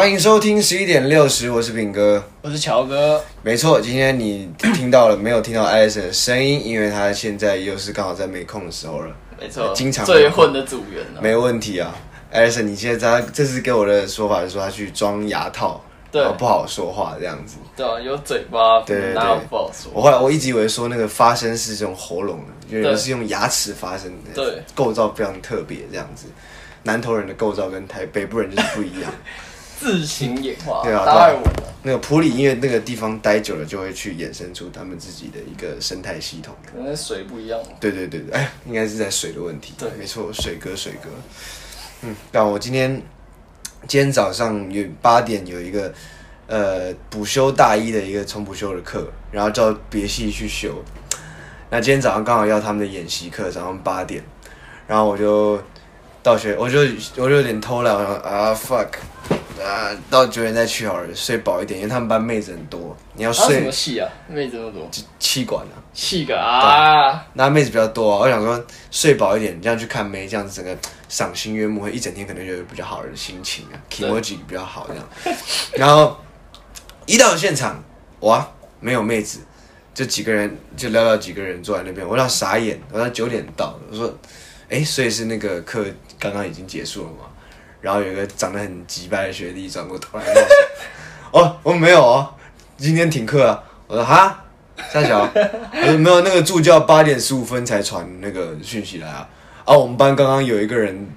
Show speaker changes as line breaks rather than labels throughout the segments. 欢迎收听十一点六十，我是炳哥。
我是乔哥，
没错，今天你听到了没有？听到 Alex 的声音，因为他现在又是刚好在没空的时候了。
没错，
哎经常
最混的组员了。
没问题啊，Alex，你现在这次给我的说法是说他去装牙套，
对
然后不好说话这样子。
对啊，有嘴巴，
对对
哪有
对
不好
我
说？
后来我一直以为说那个发声是这种喉咙的，因为
对
人是用牙齿发声的，
对，
构造非常特别这样子。南头人的构造跟台北部人就是不一 样。
自行演化，
对啊
达尔文啊，
那个普里因为那个地方待久了，就会去衍生出他们自己的一个生态系统。
可能水不一样嘛。
对对对，对哎，应该是在水的问题。
对
没错，水哥，水哥。嗯，但我今天今天早上有八点有一个呃补修大一的一个重补修的课，然后叫别系去修。那今天早上刚好要他们的演习课，早上八点，然后我就到学，我就我就有点偷懒，我想啊 fuck，啊到九点再去好了，睡饱一点，因为他们班妹子很多，你要
他什么
睡
戏啊？妹子那么多，
七七管啊。
戏个啊！
那妹子比较多、啊，我想说睡饱一点，这样去看妹，这样子整个赏心悦目，一整天可能就有比较好的心情啊 e
对
m o j i 比较好这样。然后一到现场，哇，没有妹子，就几个人，就寥寥几个人坐在那边，我想傻眼，我想九点到了，我说，哎、所以是那个课刚刚已经结束了吗？然后有一个长得很急掰的学弟转过头来跟我说，哦，我没有哦，今天停课啊。我说哈， 夏小，我说没有，那个助教八点十五分才传那个讯息来啊。啊，我们班刚刚有一个人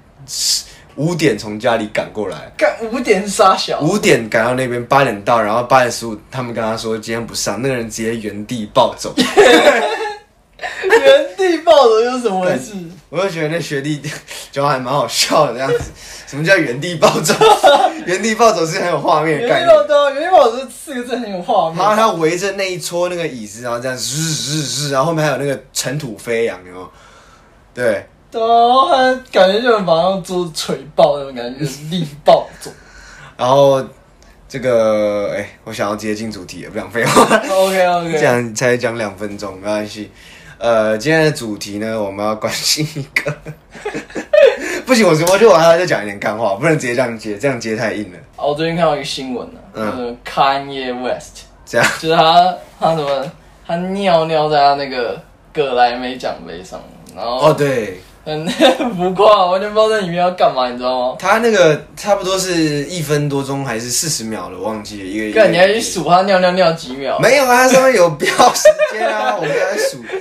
五点从家里赶过来，
干五点杀小，
五点赶到那边，八点到，然后八点十五，他们跟他说今天不上，那个人直接原地暴走。
原地暴走又是怎么回事？
我就觉得那学弟 就还蛮好笑的这样子。什么叫原地暴走？ 原地暴走是很有画面的概
原地
念
暴。走，原地暴走这四个字很有画
然后
面。
他围着那一撮那个椅子，然后这样日日日，然后后面还有那个尘土飞扬，有没有？对，
对啊，然后他感觉就是把那桌子锤爆那种感觉，原地暴 走。
然后这个，哎、我想要直接进主题了，不想废话，
OK
这
OK，
样才讲两分钟，没关系。呃，今天的主题呢，我们要关心一个， 不行，我我觉得我还要再讲一点干话，不能直接这样接，这样接太硬了。
哦我最近看到一个新闻呢，就
嗯
是 Kanye West。
这样，
就是他他什么他尿尿在他那个葛莱美奖杯上，然
哦，
后
对，
很 浮夸，啊完全不知道在里面要干嘛，你知道吗？
他那个差不多是一分多钟还是四十秒了，我忘记了一个。一个
干，你还去数他尿尿尿几秒？
没有啊，它上面有标时间啊，我们在数。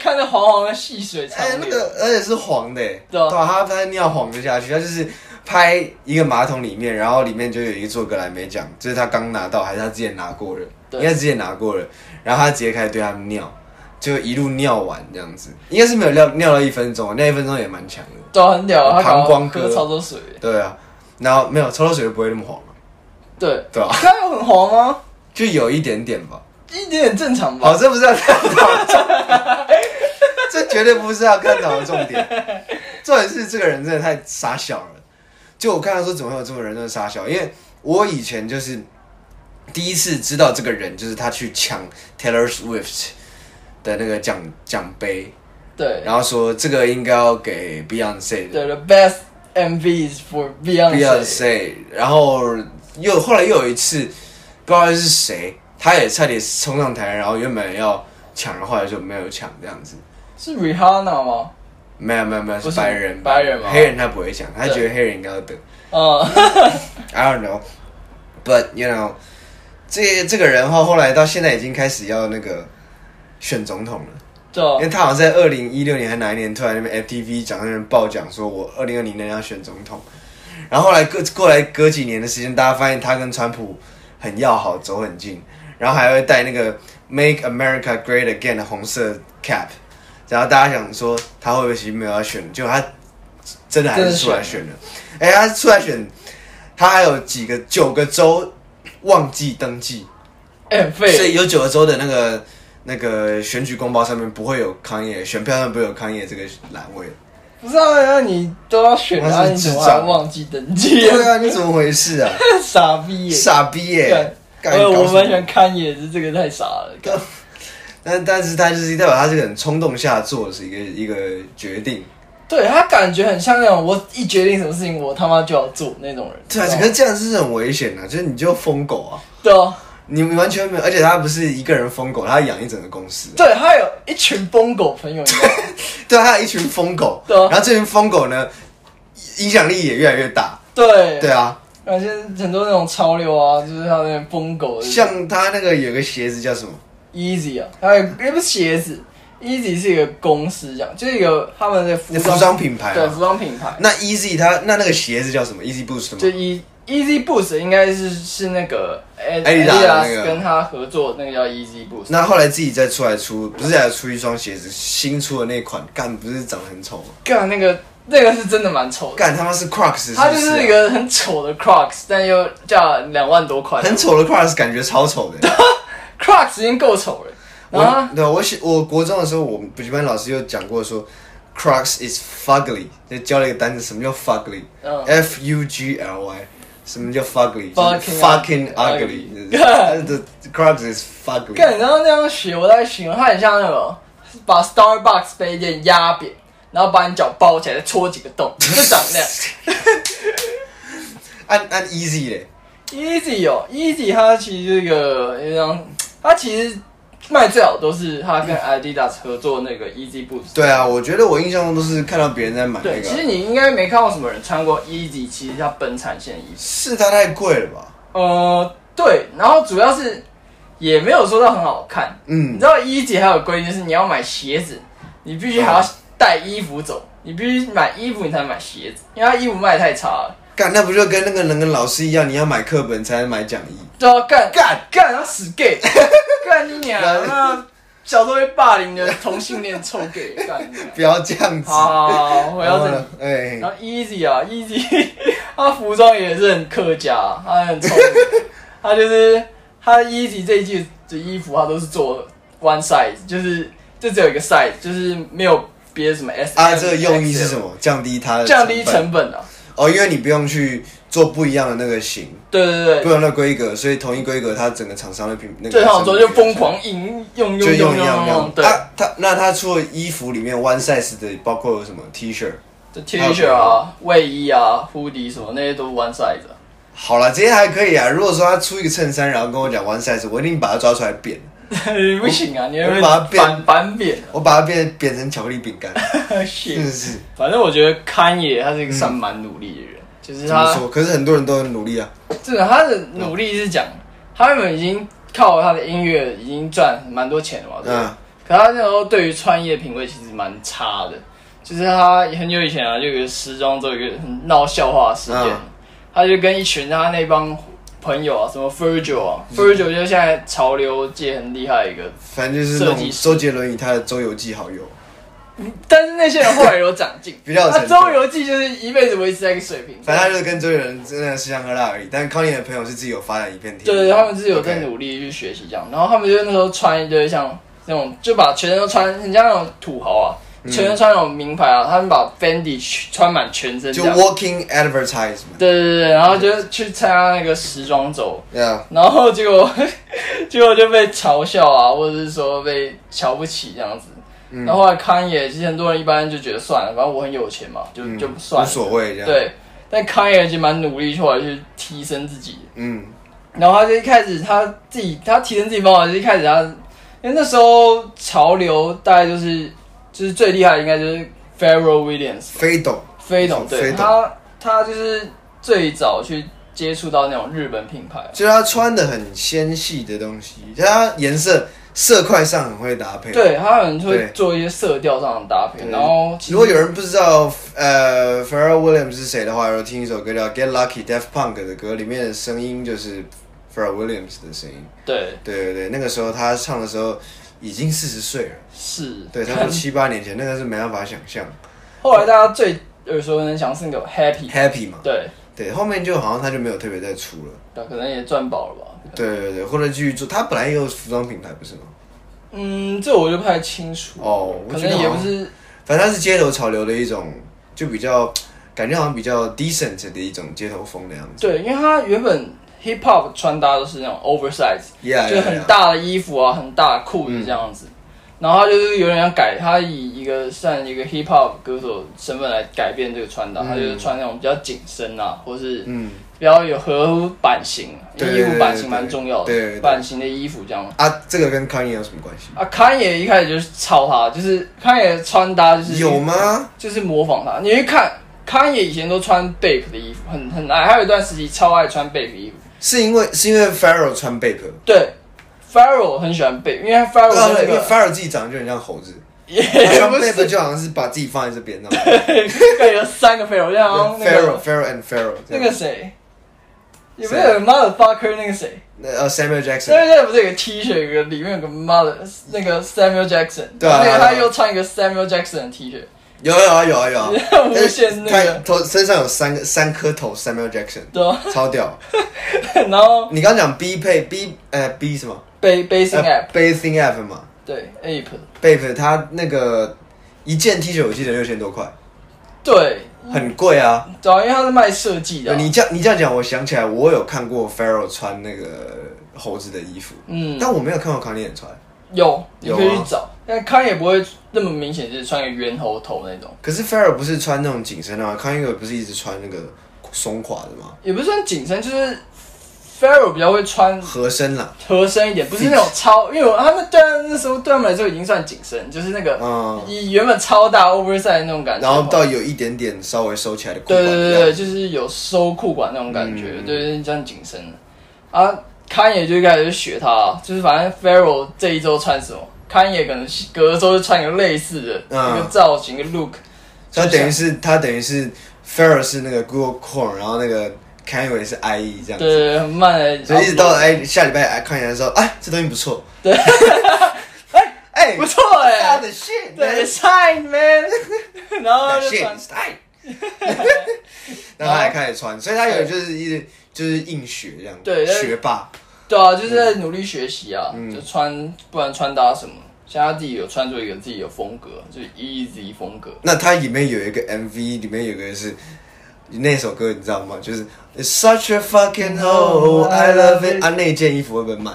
看着黄黄的细水长
哎、那
流，
个而且是黄的、欸，
对啊
它它尿黄的下去，它就是拍一个马桶里面，然后里面就有一个做格莱美奖，这、是他刚拿到还是他之前拿过的？
对
应该之前拿过了。然后他直接开始对他尿，就一路尿完这样子，应该是没有尿尿了一分钟，那一分钟也蛮强的。
对啊，很屌啊，他
膀
搞
胱
喝
哥
超多水，
对啊，然后没有抽到水就不会那么黄了，
对，
对吧、啊
他有很黄吗？
就有一点点吧。
一点点正常
好，
吧。
这不是要探讨的重点， 这绝对不是要探讨的重点。重点是这个人真的太傻小了。就我看他说，怎么会有这种人真的傻小？因为我以前就是第一次知道这个人，就是他去抢 Taylor Swift 的那个奖奖杯，
对，
然后说这个应该要给 Beyonce 的
对，The best MV is for Beyonce。
Beyonce，然后又后来又有一次，不知道是谁，他也差点冲上台，然后原本要抢，然后后来就没有抢这样子。
是 Rihanna 吗？
没有没有没有，
不
是
是
白人
白人吗
黑人他不会讲，他
对
觉得黑人应该要得。
嗯，
I don't know, but you know，这这个人后后来到现在已经开始要那个选总统了，
对啊
因为他好像在二零一六年还哪一年突然那边 FTV 讲那边报讲说我二零二零年要选总统，然后后来过过来隔几年的时间，大家发现他跟川普很要好，走很近，然后还会戴那个 Make America Great Again 的红色 cap，然后大家想说他会不会其实没有要选，结果他真的还是出来选了，哎、他出来选，他还有几个九个州忘记登记，
哎，很
所以
废，
有九个州的那个那个选举公报上面不会有康业，选票上不会有康业这个栏位。
不是啊，那你都要选
他
啊，
是
你怎么
智
还
障
忘记登记？
对啊，你怎么回事啊？
傻逼耶！
傻逼耶、干
干呃，我
搞什么
蛮喜欢看也是这个太傻了。干
但但是他就是代表他这个很冲动下做的是一个一个决定，
对他感觉很像那种我一决定什么事情我他妈就要做那种人。
对啊，
你知
可
道吗
是这样是很危险的、啊就是你就疯狗啊，
对哦，
你完全没有，而且他不是一个人疯狗，他养一整个公司，
对他有一群疯狗朋友，你知道吗？
对啊，他有一群疯狗，
对啊
然后这群疯狗呢，影响力也越来越大，
对
对，啊，
而且很多那种潮流啊，就是他那边疯狗的，
像他那个有个鞋子叫什么？
Easy 啊，还有那不是鞋子，Easy 是一个公司，这样就是一个他们的服
服装品牌啊
对
嘛。
服装品牌，
那 Easy 他那那个鞋子叫什么？Easy Boost
就
吗？
E Easy Boost 应该是是那个 Ad-
Adidas 的那个
Adidas 跟他合作那个叫 Easy Boost，
那后来自己再出来出，不是还出一双鞋子，新出的那款，干不是长得很丑吗？
干那个那个是真的蛮丑的，
干他妈是 Crocs，是不是啊
它就是一个很丑的 Crocs，但又价两万多块
很丑的 Crocs，感觉超丑 的。欸
，Crocs 已经够丑了，然后
我
它
对啊我小我国中的时候，我们补习班老师有讲过说，Crocs is fugly，就教了一个单词，什么叫 fugly？F
嗯
U G L Y，什么叫 fugly？就是
Fucking
fucking
ugly
ugly，就是 The Crocs is
干，
fugly。
然后那样写，我在形容它很像那种把 Starbucks 杯垫压扁，然后把你脚包起来，再戳几个洞，就长那样。
按按 easy 嘞，
Easy 哦，Easy 它其实这个有点像，它其实卖最好都是它跟 Adidas 合作那个 Easy Boost。
嗯对啊，我觉得我印象中都是看到别人在买那
对，其实
个，
你应该没看到什么人穿过 Easy，其实它本产线的衣服。
是它太贵了吧？
呃，对，然后主要是也没有说到很好看。你
嗯
知，道 Easy 还有规定就是你要买鞋子，你必须还
嗯
要带衣服走，你必须买衣服你才能买鞋子，因为它衣服卖得太差了。
干那不就跟那个人跟老师一样，你要买课本才能买讲义。
就要啊干
干
干，然后死 gay，干你娘！啊
然后
那小时候被霸凌的同性恋臭 gay，干你娘！
不要这样子。
好好好，我要
然
这
后呢。哎
然，后 Easy 啊，Easy，他服装也是很客家、他很 聪明，他就是他 Easy 这一季的衣服，他都是做 one size，就是就只有一个 size，就是没有别的什么 S。
啊，这个用意是什
么？
么？降低它的
降低
本
成本啊！
哦，因为你不用去做不一样的那个型，
对对
不一
对，
样的规格，所以同一规格它整个厂商的品那个
最
成
好
本
昨天就疯狂引用
就
用
用啊
用
一样样
用用，。对，
它它那它除了衣服里面 one size 的，包括有什么 T 恤？
这 T 恤啊、卫衣啊、hoodie 什么那些都 one size 啊。
好了，这些还可以啊。如果说他出一个衬衫，然后跟我讲 one size，我一定把它抓出来扁，
你 不行啊，你会
我
被
把它变
反反扁
我把它变扁成巧克力饼 干，
啊！
真的
Shit
是
反正我觉得康也他是一个算蛮努力的人，就是啊
怎么
他
说？可是很多人都很努力啊。
这个他的努力是讲，他原本已经靠他的音乐已经赚蛮多钱了嘛，对吧。
嗯，
可他那时候对于穿衣的品味其实蛮差的，就是他很久以前啊，就有一个时装周有一个很闹笑话的事件，
嗯
他就跟一群他那帮朋友啊，什么 Virgil 啊、v
嗯
i r g i l 就是现在潮流界很厉害的一个，
反正就是那
设
种
计师
周杰伦与他的周游记好友，，
但是那些人后来有长进
比较有
他
成就
啊周游记就是一辈子维持在一个水平，
反正他就是跟周杰伦真的是像喝辣而已。但康妮的朋友是自己有发展一片天，
对，他们是有在
OK
努力去学习这样，然后他们就那时候穿一堆像那种，就把全身都穿，很像那种土豪啊，
嗯
全身穿那种名牌啊，他们把 Fendi 穿满全身这
就
样。
walking advertisement。
对对对，然后就去参加那个时装周，
Yeah，
然后结果 结果就被嘲笑啊，或者是说被瞧不起这样子。然后后来康也，其实很多人一般就觉得算了，反正我很有钱嘛，就、嗯就不
嗯无
算了。
所谓这样。，
对，但康也已经蛮努力，后来去提升自己。
嗯，
然后他就一开始他自己他提升自己方法，就是一开始他，因为那时候潮流大概就是就是最厉害的应该就是 Pharrell Williams
飞斗
飞董，
飞
对
董
他他就是最早去接触到那种日本品牌。
就是他穿的很纤细的东西，就是他颜色色块上很会搭配。，
对他很会
对
做一些色调上的搭配，
对
然后其实
如果有人不知道呃 Pharrell Williams 是谁的话，有听一首歌叫《Get Lucky》Def Punk 的歌，里面的声音就是 Pharrell Williams 的声音。
对
对对对，那个时候他唱的时候已经四十岁了，
是，
对， 差不多七八年前，那个是没办法想象。
后来大家最耳熟能详是那个 Happy，
Happy 嘛，
对，
对，后面就好像他就没有特别再出了。
那可能也赚饱了吧。
对对对，或者继续做，他本来也有服装品牌不是吗？
嗯，这我就不太清楚，
哦，我
可
觉得
能也
好
不
像，
是
反正它是街头潮流的一种，就比较感觉好像比较 decent 的一种街头风的样子。
对，因为他原本 hip hop 穿搭都是那种 oversize，
Yeah，
就是很
yeah，yeah
大的衣服啊，很大的裤子这样子。然后他就是有点想改，他以一个算一个 hip hop 歌手身份来改变这个穿搭，他就是穿那种比较紧身啊，或是
嗯，
比较有合乎版型，啊
对
衣服版型蛮重要
对对对
的，版型的衣服这样。
啊，这个跟康 a 有什么关系？
啊，康也一开始就是抄他，就是康也的穿搭就是
有吗？
就是模仿他。你去看康也以前都穿 Bape 的衣服，很很爱，还有一段时期超爱穿 Bape 的衣服。
是因为是因为 Farrell 穿 Bape，
对 f a r r e l l 很喜欢 Bape，因为 f a r r e
啊
l l 是
因为
那个
Farrell 自己长得就很像猴 子，
也
他穿
不是
Bape 就好像是把自己放在这边那种。
对，有三个 Farrell，就好像那
Farrell
个
Farrell and Farrell 这
那
样
个谁，
啊
也不是有 motherfucker 那个谁，
那呃 Samuel Jackson，
对对，不是有个 T 恤，有个里面有个 mother 那个 Samuel Jackson，
对啊
那
对啊
个
对
他
啊
又穿一个 Samuel Jackson 的 T 恤，，
有啊有啊有啊有啊
无限那
但
个
是他头身上有三个三颗头 Samuel Jackson，
对吧？
超屌。
然后
你刚讲 B 配 B 呃 B 什么呃
Ba- Basing App，
Bathing App 嘛
对 App，
，Bape 他那个一件 T 恤我记得六千多块，
对，
很贵啊。
对啊，因为他是卖设计的啊，
你这样你这样讲，我想起来我有看过 Farrell 穿那个猴子的衣服，
嗯，
但我没有看过康妮演穿。
有，你
有
可以
啊
去找，但康也不会那么明显，就是穿个圆猴头那种。
可是 Farrell 不是穿那种紧身啊，康妮不是一直穿那个松垮的吗？
也不是算紧身，就是 Farrell 比较会穿
合身啦，
合身一点，不是 那种超，因为我他们对他们那时候对他们来说已经算紧身，就是那个
嗯，
以原本超大 oversize 那种感觉，
然后到有一点点稍微收起来的裤
对
管
对
一
对
样
对，就是有收裤管那种感觉，
嗯
对对，这样紧身的啊。康也就一开始就学他啊，就是反正 Farrell 这一周穿什么，康也可能隔周就穿一个类似的、
嗯
一个造型、一个 look，
他等于是他等于是 Farrell 是那个 Google Corn，然后那个 Kanye 是 IE 这样子，
对对对，很慢的，
所以一直到哎下礼拜哎看起来说哎这东西不错，
对，哎
哎
不错哎、
的 shit，
对，sign man，然后
，that
就
shit，
穿
is tight 然后他也开始穿，所以他有就是一直就是硬学这样，
对但是
学霸，
对啊，就是在努力学习啊，
嗯
就穿，不然穿搭什么，像他自己有穿出一个自己的风格，就是 easy 风格。
那它里面有一个 MV，里面有个是那首歌，你知道吗？就是 It's such a fucking hole, I love it。啊，那件衣服会不会卖？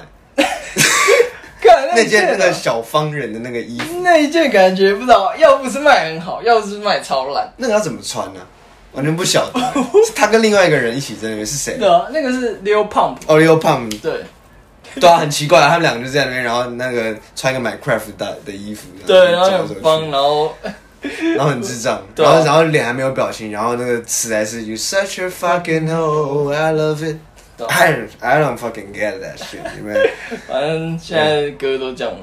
看
那件那
那啊
个小方人的那个衣服，
那一件感觉不知道，要不是卖很好，要不是卖超烂。
那个要怎么穿呢、完全不晓得。 是他跟另外一个人一起在那边是谁
对啊，那个是 Lil Pump，
？Oreo Pump，
对
对啊，很奇怪、啊，他们两个就在那边，然后那个穿一个 Minecraft 的的衣服，
对，然后
嗯走来走
很
去
方，然后
然后很智障，
对
然
啊
后然后脸还没有表情，然后那个词还是 You such a fucking hole, I love it。
对啊
I don't, I don't fucking get that shit，你们。
反正现在的歌都这样。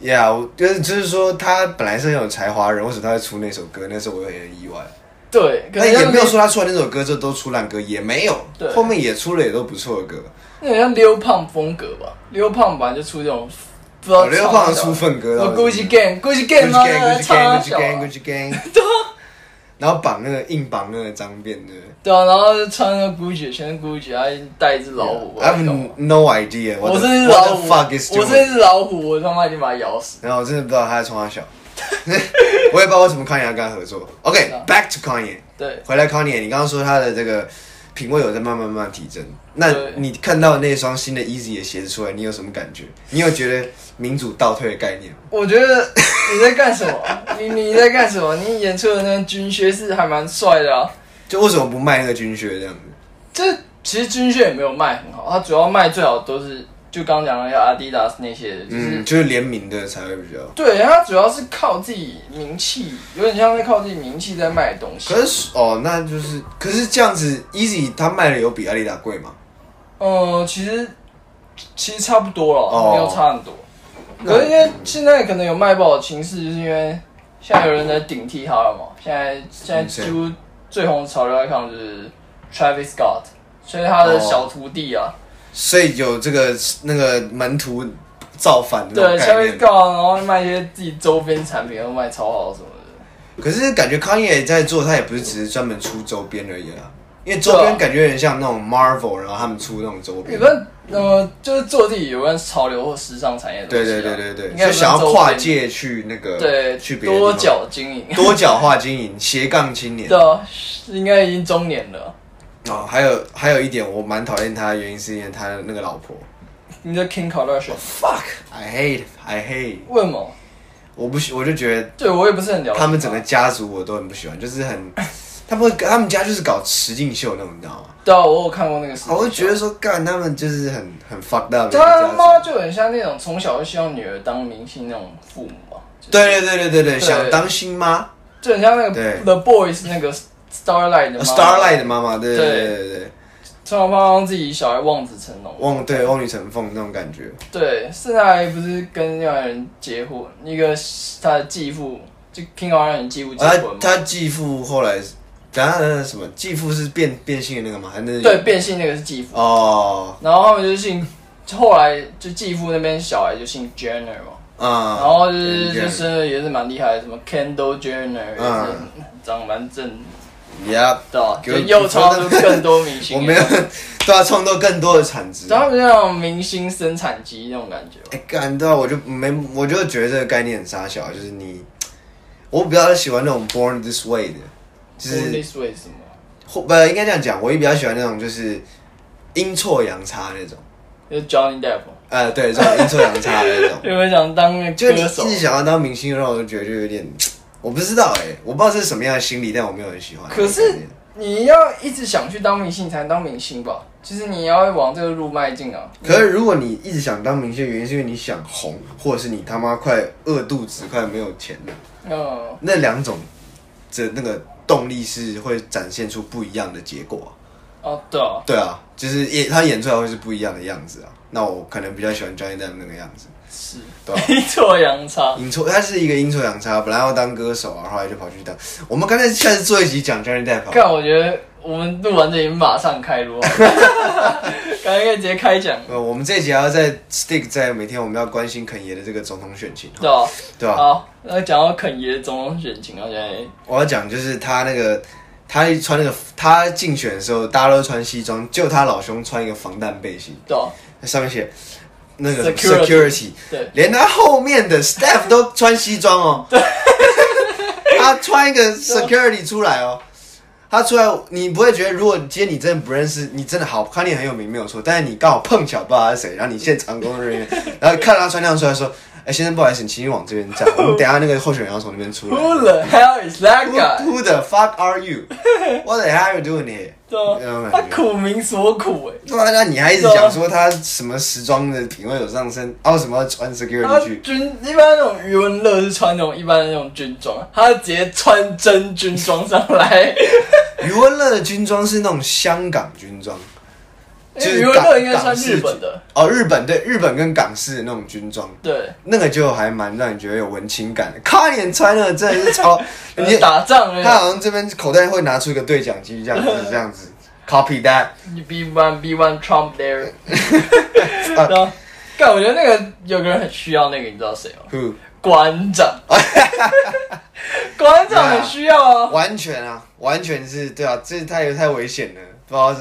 Yeah，我就是就是说，他本来是很有才华的人，为什么他会出那首歌？那时候我有点意外。
对，可
但
是
也
像
没有说他出来那首歌就都出烂歌，也没有
对，
后面也出了也都不错的歌。
那很像 Lil Pump 风格吧？Lil Pump 本来就出这种，不知道
哦，刘
唱
胖
啥
出份歌，
啊我
到底
Gucci
是
Gang，Gucci Gang 吗？
Gucci
唱啊
Gang，Gucci
小啊
Gang，Gucci Gang，Gucci Gang，然后绑那个硬绑那个脏辫，对不对？
对啊，然后就穿那个 Gucci，全是 Gucci，还带一只老虎。
I have no idea，
哦我
真
真是
是
老虎，
fuck is
我
doing？
真是老虎，我他妈已经把它咬死。
然后我真的不知道他在冲他笑， 我也不知道为什么康也要跟他合作。
是啊
OK，back to 康也。
对，
回来康妮，你刚刚说他的这个品味有在慢慢慢慢提升，那
对
你看到那双新的 Easy 的鞋子出来，你有什么感觉？你有觉得民主倒退的概念吗？
我觉得你在干什么？你你在干什么？你演出的那个军靴是还蛮帅的啊，
就为什么不卖那个军靴这样子？
这其实军靴也没有卖很好，它主要卖最好都是就刚讲那个 Adidas 那些的，就是。
嗯，就是联名的才会比较。
对，它主要是靠自己名气，有点像是靠自己名气在卖东西。
可是哦，那就是，可是这样子，Easy 它卖的有比阿迪达贵吗？
嗯，其实其实差不多了，
哦
没有差很多。
那
可是因为现在可能有卖不好的情势，就是因为现在有人在顶替他了嘛。现在现在
嗯谁
几乎最红的潮流 icon 就是 Travis Scott，所以他
哦
的小徒弟啊，
所以有这个那个门徒造反的那
对
种概
Travis
念。
Scott，然后卖一些自己周边产品，然后卖超好什么的。
可是感觉康也在做，他也不是只是专门出周边而已啦，因为周边
对啊
感觉有点像那种 Marvel，然后他们出那种周边
有。关呃，就是做自己有关潮流或时尚产业的东
对
西、
对
啊。
对对对，
应该
就
有
想要
关周边
跨，界去那个
对，
去别的地
多
方
角经营。
多角化经营斜杠青年
对啊，应该已经中年了。
哦，还有还有一点我蛮讨厌他的原因是因为他的那个老婆 Oh,
你的 King Kardashian
，fuck I hate I hate，
为什么？
我不喜，我就觉得
对我也不是很了解
他们整个家族我都很不喜欢，就是 很，他们会他们家就是搞实境秀那种，你知道吗？
对啊，我有看过那个视频，
哦我就觉得说干他们就是很很 fucked up 的一个
他
家
妈
族。
就很像那种从小就希望女儿当明星那种父母吧，就
对对对对对对，
对
想当星妈
就很像那个
对
The Boys 那个 Starlight 的妈妈
，Starlight 的妈妈，对对对对对，
从小妈让自己小孩望子成龙，
望对望女成凤那种感觉。
对，甚至还不是跟那个人结婚，一个他的继父就 King o r 人继父结
啊
婚嘛，
他他继父后来，等下等下什么？继父是变变性的那个吗？还是
对变性那个是继父，
哦
然后他们就姓，后来就继父那边小孩就姓 Jenner 嘛，
啊，
然后就是
对
就生的也是蛮厉害的，什么 Kendall Jenner 也是
嗯
长得蛮正
，Yep，
的啊，
给
就
我
又超出更多 明星。
我没有，对啊，创造更多的产值。
然后他们就那种明星生产机那种感觉吧。
哎，干对啊，我就没，我就觉得这个概念很傻小，就是你，我比较喜欢那种 born this way 的，就
Born
是
this way 是什么？
或不应该这样讲，我也比较喜欢那种就是阴错阳差那种，
就是 Johnny Depp，
呃，对，这种阴错阳差的那种。
有没有想当那
就
个
你
歌
一
手？
直想要当明星，让我觉得就有点，我不知道哎、我不知道这是什么样的心理，但我没有很喜欢。
可是你要一直想去当明星，你才能当明星吧？就是你要往这个路迈进啊。
可是如果你一直想当明星，原因是因为你想红，或者是你他妈快饿肚子、快没有钱了，
嗯，
那两种的那个动力是会展现出不一样的结果啊、
哦，对啊，
对啊，就是演他演出来会是不一样的样子啊。那我可能比较喜欢 Johnny Depp 那个样子，
是
对啊
阴错阳差。
阴错，他是一个阴错阳差，本来要当歌手啊，后来就跑去当。我们刚才下次做一集讲 Johnny Depp，好了
看，我觉得我们录完这里马上 开 录啊，感觉可以直接开讲，
呃，我们这一集还要再 stick 在每天我们要关心肯爷的这个总统选情，
对吧？
对啊吧、
好，那讲到肯爷总统选情啊，现在
我要讲就是他那个，他一穿那个，他竞选的时候大家都穿西装，就他老兄穿一个防弹背心，
对啊吧？
上面写那个
Security
security，
对，
连他后面的 staff 都穿西装 哦。他穿一个 security 出来哦。他出来，你不会觉得，如果今天你真的不认识，你真的好，看你很有名没有错，但是你刚好碰巧不知道他是谁，然后你现场工作 人员，然后看到他穿那样出来，说：“哎、先生，不好意思，你请你往这边站，我们等一下那个候选人要从那边出来。
哦 Who the hell is that guy？
Who, who the fuck are you? What the hell are you doing here？” Oh
对
那种
啊，
感觉
他苦民所苦哎、
对啊，那你还一直讲说他什么时装的品味有上升，哦，什么要穿
他
security 去？
军一般那种余文乐是穿那种一般的那种军装，他直接穿真军装上来。
余文乐的军装是那种香港军装，
因
就是
为余文乐应该穿日本的，
哦，日本对日本跟港式的那种军装，
对，
那个就还蛮让你觉得有文青感的。卡眼穿的真的是超，呃你
打仗
他
哎
好像这边口袋会拿出一个对讲机这样子这样子，copy that，
你 B one B one Trump there，
啊
然后，干，我觉得那个有个人很需要那个，你知道谁吗？
who
馆 长，馆长很需要啊。
完全啊，完全是对啊，这太太危险了，不知道是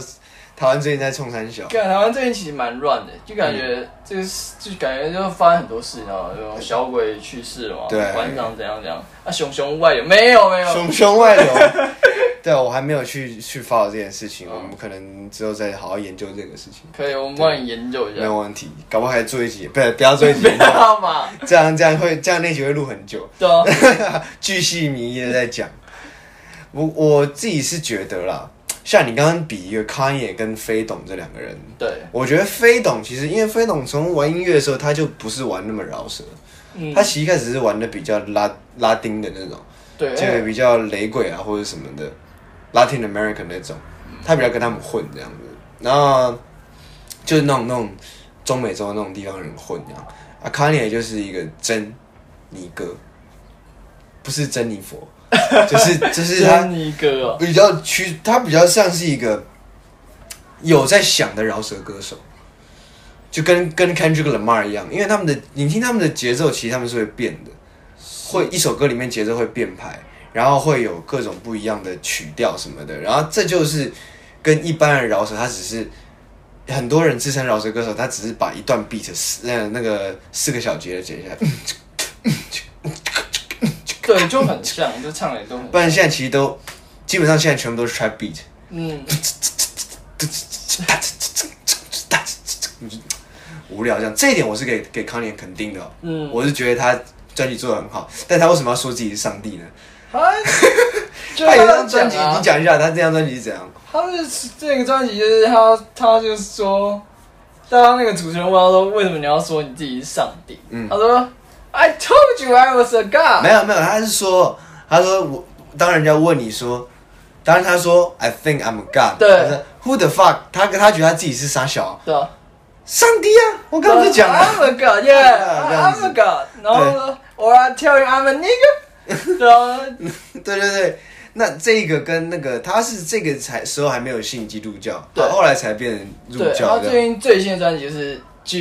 台湾最近在冲三小，
干台湾最近其实蛮乱的，就感觉
嗯
这个是就感觉就发生很多事，你知道吗？有小鬼去世了嘛，
对
馆长怎样怎样，啊，熊熊外流没有没有，
熊熊外流。对啊，我还没有去去发这件事情，我们可能之后再好好研究这个事情。
可以，我们帮你研究一
没
下。
有问题，搞不好还做一集，不不要做一集
不，要嘛，
这样这样会这样那集会录很久，
对 啊，
巨细靡遗的在讲。我我自己是觉得啦，像你刚刚比一个康也跟飞董这两个人，
对，
我觉得飞董其实因为飞董从玩音乐的时候他就不是玩那么饶舌，
嗯
他，其实一开始是玩的比较拉拉丁的那种，
对，哎
这个比较雷鬼啊或者什么的，Latin American 那种，他比较跟他们混这样子，然后就是那种那种中美洲那种地方人混这样。啊，卡尼也就是一个珍妮哥，不是珍妮佛，就是就是 他
珍妮哥哦，
比较趋，他比较像是一个有在想的饶舌歌手。就跟跟 Kendrick Lamar 一样，因为他们的你听他们的节奏，其实他们是会变的，会一首歌里面节奏会变拍，然后会有各种不一样的曲调什么的，然后这就是跟一般的饶舌，他只是很多人自称饶舌歌手，他只是把一段 beat 四呃那个四个小节解下来，
对，就很像，就唱的都很
不，然现在其实都基本上现在全部都是 trap beat，
嗯，
无聊这样，这一点我是给给康年肯定的哦、
嗯
我是觉得他专辑做的很好，但他为什么要说自己是上帝呢？
他啊就
他有一张
他
专辑，
讲啊
你讲一下他这张专辑是怎样？
他是这个专辑就是他，他就是说，当那个主持人问他说，为什么你要说你自己是上帝？
嗯
他说，I told you I was a god。
没有没有，他是说，他说我当人家问你说，当然他说 I think I'm a god，
对
他说，Who the fuck？他他觉得他自己是傻小啊，
对啊，
上帝啊！我刚刚就讲了，
I'm a god,
这
yeah,
样
I'm
子
a god。然后呢，or I tell you I'm a nigger 。 对啊，
对 对对。那这个跟那个，他是这个才时候还没有信基督教，
对
后来才变成入
对，
教
他
的。
最近最新的专辑就是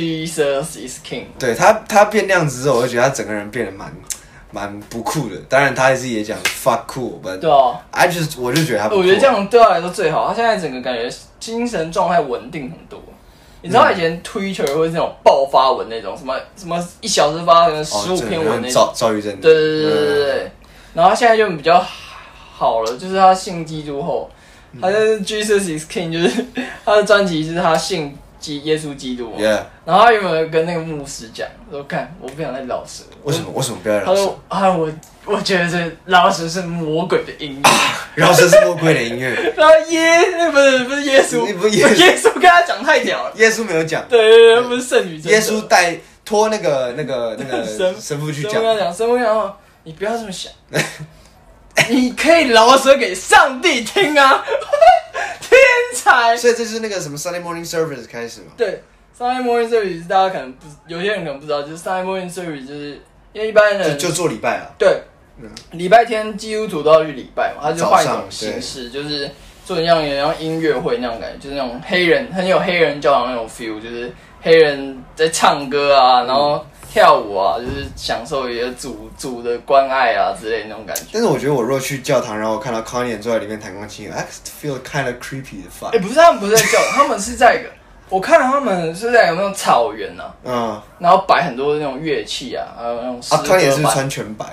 Jesus is King。
对他，他变那样子之后，我就觉得他整个人变得蛮蛮不酷的。当然，他自己也讲 fuck cool，but
对啊，
I just 我就觉得他不酷。
我觉得这样对他来说最好。他现在整个感觉精神状态稳定很多。你知道以
嗯
前 Twitter 或是那种爆发文那种什么什么一小时发可能
哦
十五
这个
篇文
人
那种，
躁躁郁症。
对对对对对
嗯
对。然后他现在就比较好了，就是他信基督后，
嗯
他就是 Jesus is King，就是他的专辑就是他信基耶稣基督嘛。哦
Yeah，
然后他原本跟那个牧师讲说：“看，我不想再老舌。”
为什么为什么不要
他
饶舌？
说：“啊，我我觉得这老舌是魔鬼的音乐。”
饶舌是魔鬼的音乐，
然后耶，不是不是耶稣，
你不是耶稣
耶稣跟他讲太 屌了，
耶稣没有讲，
对对对，不是圣女真的，
耶稣带托那个那个那个
神
神父去
神父
讲
跟，他讲，神父跟他讲，哦你不要这么想，你可以饶舌给上帝听啊， 天才，
所以这是那个什么 Sunday morning service 开始嘛。
对，Sunday morning service 大家可能不，有些人可能不知道，就是 Sunday morning service 就是因为一般
就
人
就做礼拜啊，
对
嗯，
礼拜天基督徒都要去礼拜嘛，他就换一种
早上
形式，就是做一样像音乐会那种感觉，就是那种黑人很有黑人教堂那种 feel，就是黑人在唱歌啊，然后跳舞啊，就是享受一些主主的关爱啊之类的那种感觉。
但是我觉得我若去教堂，然后看到 Kanye 坐在里面弹钢琴，I feel kind of creepy 的
哎、
fuck。
不是他们不是在教 堂，他们是在一个，我看他们是在有那种草原啊，
嗯，
然后摆很多那种乐器啊，还有那种诗
啊
歌
Kanye 是
版
穿全白，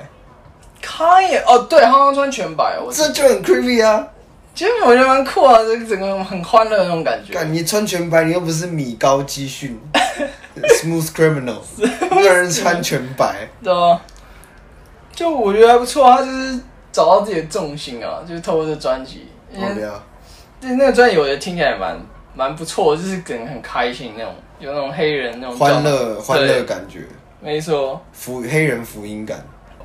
Kanye 哦，对，他好像穿全白，我
这就很 creepy 啊！
其实我觉得蛮酷啊，这个整个很欢乐的那种感觉。
干你穿全白，你又不是米高基逊，smooth criminal，那个人穿全白，
对啊，就我觉得还不错啊，他就是找到自己的重心啊，就是透过这专辑，因
我不
为
要。
对那个专辑我觉得听起来蛮蛮不错，就是整个很开心那种，有那种黑人那种
欢
状
乐
态
欢乐
对
感觉，
没错。
福黑人福音感。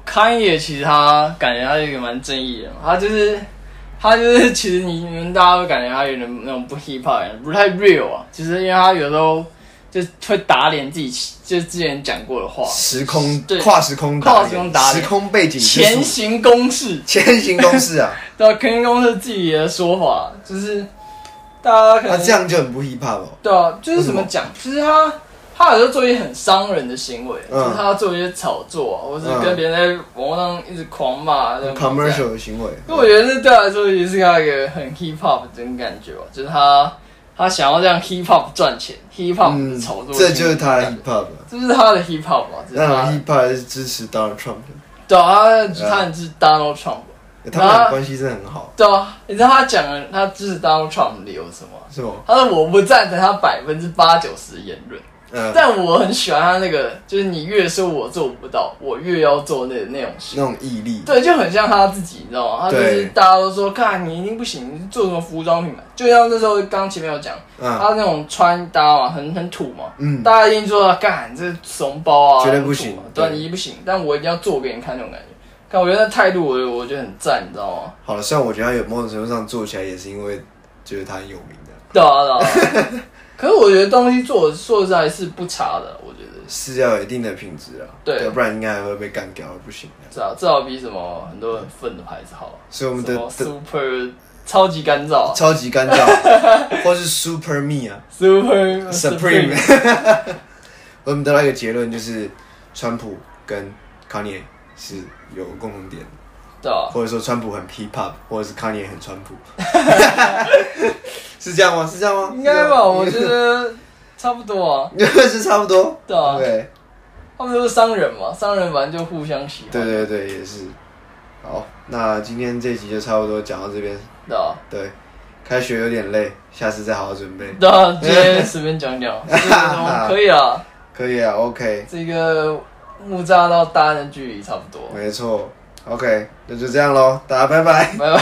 康也其实他感觉他是一个蛮正义的人，他就是他就是其实你你们大家都感觉他有点那种不 hip hop，的人不太 real 啊，就是因为他有时候就会打脸自己，就是之前讲过的话，
时空
对
跨时空
跨时空打脸
时空背景之
前
术
行公式。
前行公式 啊，
对啊，肯定公司自己的说法，就是大家可
那
能、
啊这样就很不 hip hop 哦。
对啊，就是
为
怎
什
么
么
讲，就是他他有时候做一些很伤人的行为，
嗯
就是他做一些炒作、啊，或是
嗯
跟别人在网络上一直狂骂这样子
commercial 的行为，
所以我觉得这对他来说也是他一个很 hip hop 的这种感觉吧，啊就是他他想要这样 hip hop 赚钱，hip hop 的炒作、
嗯这就是他的嗯
的
hip，hop 啊。
这是他的 hip hop 吧，这是
那
他的
hip hop 是支持 Donald Trump 的，
对啊，
嗯
他他很是 Donald Trump，
他们俩关系真的很好，
对啊，你知道他讲了他支持 Donald Trump 的理由是什么吗？
是吗？
他说我不赞成他百分之八九十言论，
嗯，
但我很喜欢他那个，就是你越说我做不到，我越要做那那种事
那。种毅力，
对，就很像他自己，你知道吗？他就是
对
大家都说，看你一定不行，你做什么服装品牌？就像那时候刚前面有讲，
嗯，
他那种穿搭嘛，很很土嘛，
嗯
大家一定说，干这怂包啊，
绝对
很土
不行
嘛对，
对
你不行，但我一定要做给你看那种感觉。看，我觉得那态度我，我觉得很赞，你知道吗？
好了，虽然我觉得他有某种程度上做起来也是因为就是他很有名的，
对啊，对啊。 可是我觉得东西做做出来是不差的，我觉得
是要有一定的品质啊，
对
不然应该还会被干掉，不行的。
至少至少比什么很多人愤的牌子好啊。
所以我们
什
的
么
的
Super 超级干燥啊
超级干燥，或是 Super Me 啊
，Super
，Supreme。我 们得到一个结论，就是川普跟 Kanye 是有共同点，
对啊，
或者说川普很 hip hop，或者是 Kanye 很川普， 是这样吗？是这样吗？
应该吧？我觉
是
得差不多啊，
这样吗 是差不多。
对啊
对
他们都是商人嘛，商人反正就互相喜欢，
对对对，也是。好，那今天这集就差不多讲到这边。
对啊，
对，开学有点累，下次再好好准备。
对啊，今天随便讲讲，这个可以啊，
可以啊，OK。
这个木栅到大安的距离差不多。
没错，OK，那就这样喽，大家拜拜。
拜拜。